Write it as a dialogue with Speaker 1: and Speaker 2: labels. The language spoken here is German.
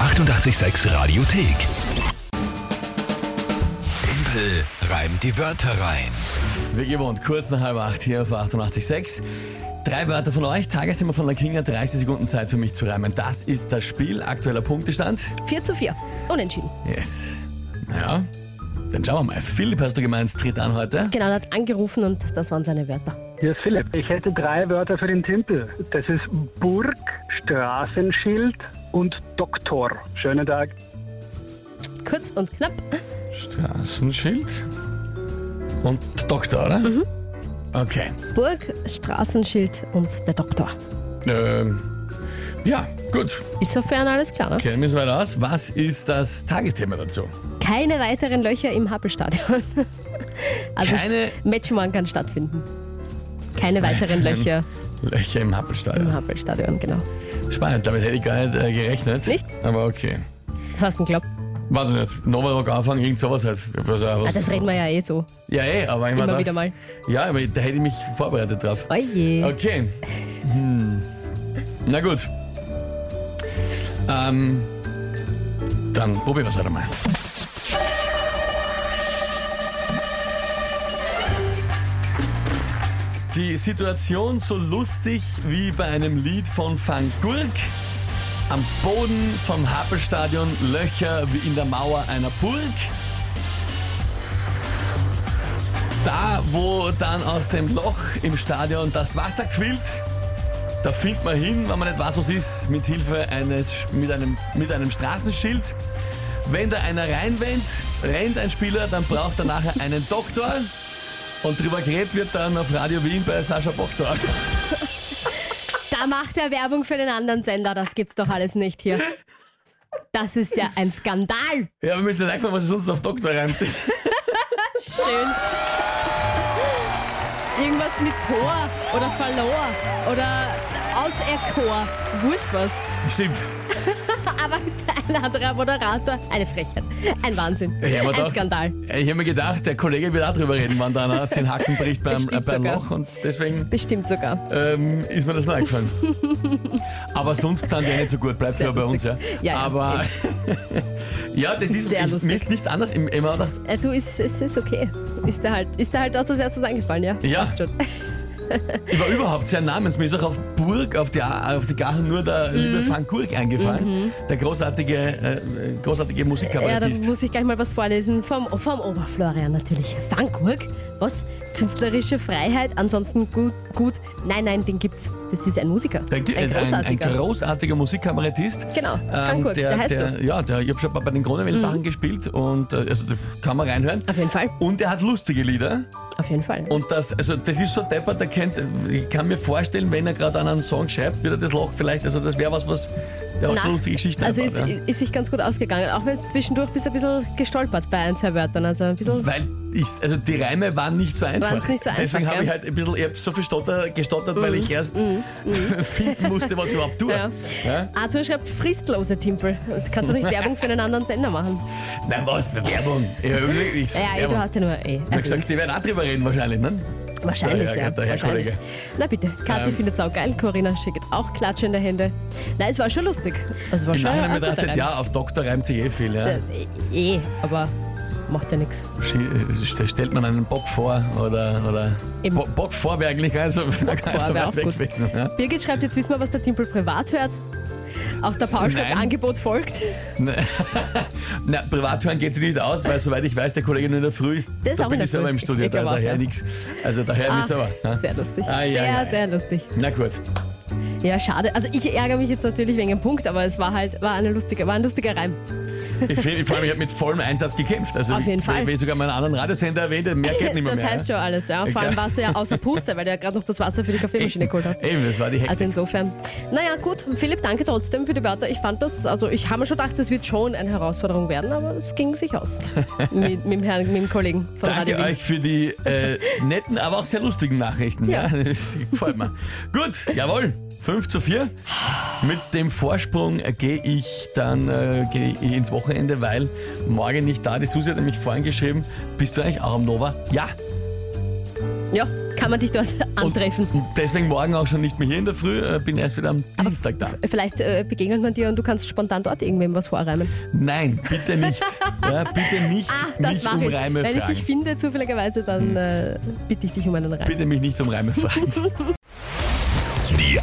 Speaker 1: 886 Radiothek. Tempel reimt die Wörter rein.
Speaker 2: Wie gewohnt, kurz nach halb acht hier auf 88.6. Drei Wörter von euch, Tagesthema von La Kinga, 30 Sekunden Zeit für mich zu reimen. Das ist das Spiel, aktueller Punktestand.
Speaker 3: 4 zu 4. Unentschieden.
Speaker 2: Yes. Ja, dann schauen wir mal. Philipp, hast du gemeint, tritt an heute?
Speaker 3: Genau, er hat angerufen und das waren seine Wörter.
Speaker 4: Hier ist Philipp. Ich hätte drei Wörter für den Tempel. Das ist Burg, Straßenschild und Doktor. Schönen Tag.
Speaker 3: Kurz und knapp.
Speaker 2: Straßenschild und Doktor, oder? Okay.
Speaker 3: Burg, Straßenschild und der Doktor.
Speaker 2: Ähm, ja, gut.
Speaker 3: Ist sofern alles klar, ne?
Speaker 2: Okay, müssen wir weiter aus. Was ist das Tagesthema dazu?
Speaker 3: Keine weiteren Löcher im Happelstadion. Also
Speaker 2: Keine-
Speaker 3: Matchmorgen kann stattfinden. Keine weiteren Löcher
Speaker 2: Löcher im
Speaker 3: im
Speaker 2: Happelstall.
Speaker 3: Happelstadion, genau.
Speaker 2: Spannend, damit hätte ich gar nicht äh, gerechnet.
Speaker 3: Nicht?
Speaker 2: Aber okay.
Speaker 3: Was hast du denn geglaubt?
Speaker 2: Weiß ich nicht, Novarock anfangen, irgend sowas halt. Was,
Speaker 3: Ah, das reden wir ja eh so.
Speaker 2: Ja, eh, aber ich
Speaker 3: Immer
Speaker 2: mir
Speaker 3: wieder
Speaker 2: gedacht-
Speaker 3: mal.
Speaker 2: Ja, aber da hätte ich mich vorbereitet drauf.
Speaker 3: Oje.
Speaker 2: Okay. Hm. Na gut. Ähm, dann probieren wir es halt einmal. Die Situation so lustig wie bei einem Lied von Van Gurk. Am Boden vom Happelstadion Löcher wie in der Mauer einer Burg. Da, wo dann aus dem Loch im Stadion das Wasser quillt, da findet man hin, wenn man nicht weiß, was ist, mit Hilfe eines, mit einem, mit einem Straßenschild. Wenn da einer reinrennt, rennt ein Spieler, dann braucht er nachher einen Doktor. Und drüber geredet wird dann auf Radio Wien bei Sascha Boktor.
Speaker 3: Da macht er Werbung für den anderen Sender. Das gibt's doch alles nicht hier. Das ist ja ein Skandal.
Speaker 2: Ja, wir müssen nicht einfallen, was es sonst auf Doktor reimt.
Speaker 3: Schön. Irgendwas mit Tor oder Verlor oder Auserkor. Wurscht was.
Speaker 2: Stimmt.
Speaker 3: Aber ein anderer Moderator. Eine Frechheit. Ein Wahnsinn.
Speaker 2: Ich hab mir
Speaker 3: ein
Speaker 2: gedacht-
Speaker 3: Skandal.
Speaker 2: Ich habe mir gedacht, der Kollege wird auch drüber reden, wann da einer seinen Haxen bricht beim, äh,
Speaker 3: Bestimmt
Speaker 2: beim
Speaker 3: sogar.
Speaker 2: Loch. Und deswegen
Speaker 3: Bestimmt sogar.
Speaker 2: ähm, ist mir das neu gefallen. Aber sonst sind die nicht so gut, bleibt ja bei uns, ja.
Speaker 3: Ja, ja,
Speaker 2: Aber ja, das ist,
Speaker 3: Sehr
Speaker 2: ich,
Speaker 3: lustig.
Speaker 2: mir ist nichts anders. Ich, ich hab mir gedacht,
Speaker 3: Äh, du, ist, ist, ist okay. Ist da halt, ist da halt das als erstes eingefallen, ja?
Speaker 2: Ja.
Speaker 3: Passt schon.
Speaker 2: ich war überhaupt sehr namens. Mir ist auch auf Burg, auf die, A- auf die Gache nur der
Speaker 3: Mhm.
Speaker 2: liebe Van Gurk eingefallen. Der großartige, äh, großartige
Speaker 3: Ja, da
Speaker 2: Musikkabarettist.
Speaker 3: muss ich gleich mal was vorlesen. Vom, vom Oberflorian natürlich. Van Gogh? Was? Künstlerische Freiheit? Ansonsten gut, gut. Nein, nein, den gibt's. Das ist ein Musiker.
Speaker 2: Denkt ihr,
Speaker 3: ein
Speaker 2: Äh, ein, ein, ein
Speaker 3: großartiger.
Speaker 2: großartiger Musikkabarettist. Ähm,
Speaker 3: Genau, Frank Gurk, der heißt Mhm.
Speaker 2: der, Ja, der, ich habe schon bei den Kronenwellen-Sachen gespielt und äh, also, da kann man reinhören.
Speaker 3: Auf jeden Fall.
Speaker 2: Und er hat lustige Lieder.
Speaker 3: Auf jeden Fall.
Speaker 2: Und das, also das ist so deppert, er kennt, ich kann mir vorstellen, wenn er gerade an einem Song schreibt, wird er das Loch vielleicht, also das wäre was, was der hat so
Speaker 3: Na,
Speaker 2: lustige Geschichten
Speaker 3: also ist,
Speaker 2: einbaut, ja.
Speaker 3: ist sich ganz gut ausgegangen, auch wenn es zwischendurch bist ein bisschen gestolpert bei ein, zwei Wörtern. Also ein bisschen
Speaker 2: Weil ich, also die Reime waren nicht so einfach.
Speaker 3: Waren's nicht so einfach,
Speaker 2: Deswegen habe
Speaker 3: gell? Mhm,
Speaker 2: ich halt ein bisschen, ich habe so viel stotter, gestottert, weil ich erst finden musste, was ich überhaupt tue.
Speaker 3: Ja.
Speaker 2: Ja?
Speaker 3: Arthur schreibt fristlose Timpel. Und Kannst du nicht Werbung für einen anderen Sender machen?
Speaker 2: Na was, für Werbung. Ich hab wirklich-
Speaker 3: Ja, ja, eh,
Speaker 2: Werbung.
Speaker 3: du hast ja nur eh. also
Speaker 2: Ich hab gesagt, die werden auch drüber reden wahrscheinlich, ne?
Speaker 3: Wahrscheinlich,
Speaker 2: Ja,
Speaker 3: ja.
Speaker 2: ja, der Herr
Speaker 3: wahrscheinlich.
Speaker 2: Kollege.
Speaker 3: Na bitte, Kathi
Speaker 2: Ähm.
Speaker 3: findet es auch geil. Corinna schickt auch klatschende Hände. Nein, es war schon lustig. Also war
Speaker 2: Im
Speaker 3: schon
Speaker 2: Nachhinein
Speaker 3: ein
Speaker 2: hab ich
Speaker 3: guter
Speaker 2: gedacht,
Speaker 3: Reim.
Speaker 2: ja, auf Doktor reimt sich eh viel. Ja.
Speaker 3: Äh, Eh, aber macht ja nichts.
Speaker 2: St- äh, Stellt man einen Bock vor oder, oder
Speaker 3: Eben.
Speaker 2: Bo- Bock vor wäre eigentlich also, Bock
Speaker 3: vor
Speaker 2: also
Speaker 3: wäre
Speaker 2: weit
Speaker 3: auch
Speaker 2: weg
Speaker 3: gut.
Speaker 2: gewesen. Ja.
Speaker 3: Birgit schreibt, jetzt wissen wir, was der Timpel privat hört. Auch der Paul schreibt,
Speaker 2: Nein.
Speaker 3: Angebot folgt.
Speaker 2: Na, privat hören geht sich nicht aus, weil soweit ich weiß, der Kollege nur in der Früh ist.
Speaker 3: Das ist
Speaker 2: da
Speaker 3: auch
Speaker 2: bin
Speaker 3: in der
Speaker 2: ich selber
Speaker 3: Früh.
Speaker 2: im
Speaker 3: Ich-
Speaker 2: Studio,
Speaker 3: ich
Speaker 2: da,
Speaker 3: glaub auch,
Speaker 2: daher
Speaker 3: ja.
Speaker 2: nichts. Also daher bin ich selber. Ja.
Speaker 3: Ah, sehr lustig.
Speaker 2: Ah, ja,
Speaker 3: sehr,
Speaker 2: ja, ja.
Speaker 3: sehr lustig.
Speaker 2: Na gut,
Speaker 3: Ja, schade. Also ich ärgere mich jetzt natürlich wegen dem Punkt, aber es war halt war eine lustige, war ein lustiger Reim.
Speaker 2: ich, find- ich, vor allem, ich habe mit vollem Einsatz gekämpft. Also
Speaker 3: Auf jeden
Speaker 2: ich, Wenn
Speaker 3: Fall.
Speaker 2: ich sogar meinen anderen Radiosender erwähnte, mehr geht nicht mehr.
Speaker 3: Das
Speaker 2: mehr,
Speaker 3: heißt
Speaker 2: ja.
Speaker 3: schon alles, ja. Vor allem
Speaker 2: Egal.
Speaker 3: warst du ja außer Puste, weil du ja gerade noch das Wasser für die Kaffeemaschine geholt hast.
Speaker 2: Eben, das war die Hektik.
Speaker 3: Also insofern. Naja, gut. Philipp, danke trotzdem für die Wörter. Ich fand das, also ich habe mir schon gedacht, das wird schon eine Herausforderung werden, aber es ging sich aus. mit, mit dem Herrn, mit dem Kollegen von
Speaker 2: Danke
Speaker 3: Radio Wien.
Speaker 2: euch für die äh, netten, aber auch sehr lustigen Nachrichten. Ja.
Speaker 3: Ja.
Speaker 2: gefällt mir. Gut, jawohl. 5 zu 4. Mit dem Vorsprung äh, gehe ich dann äh, gehe ich ins Wochenende, weil morgen nicht da. Die Susi hat nämlich vorhin geschrieben, bist du eigentlich auch am Nova? Ja,
Speaker 3: Ja, kann man dich dort antreffen.
Speaker 2: Und deswegen morgen auch schon nicht mehr hier in der Früh, äh, bin erst wieder am Dienstag da.
Speaker 3: Vielleicht äh, begegnet man dir und du kannst spontan dort irgendwem was vorreimen.
Speaker 2: Nein, bitte nicht. Ja, bitte nicht
Speaker 3: Ah, das
Speaker 2: mich
Speaker 3: mache
Speaker 2: um
Speaker 3: ich.
Speaker 2: Reime
Speaker 3: Wenn ich
Speaker 2: fragen.
Speaker 3: dich finde, zufälligerweise, dann äh, bitte ich dich um einen Reim.
Speaker 2: bitte mich nicht um Reime fragen.
Speaker 1: Die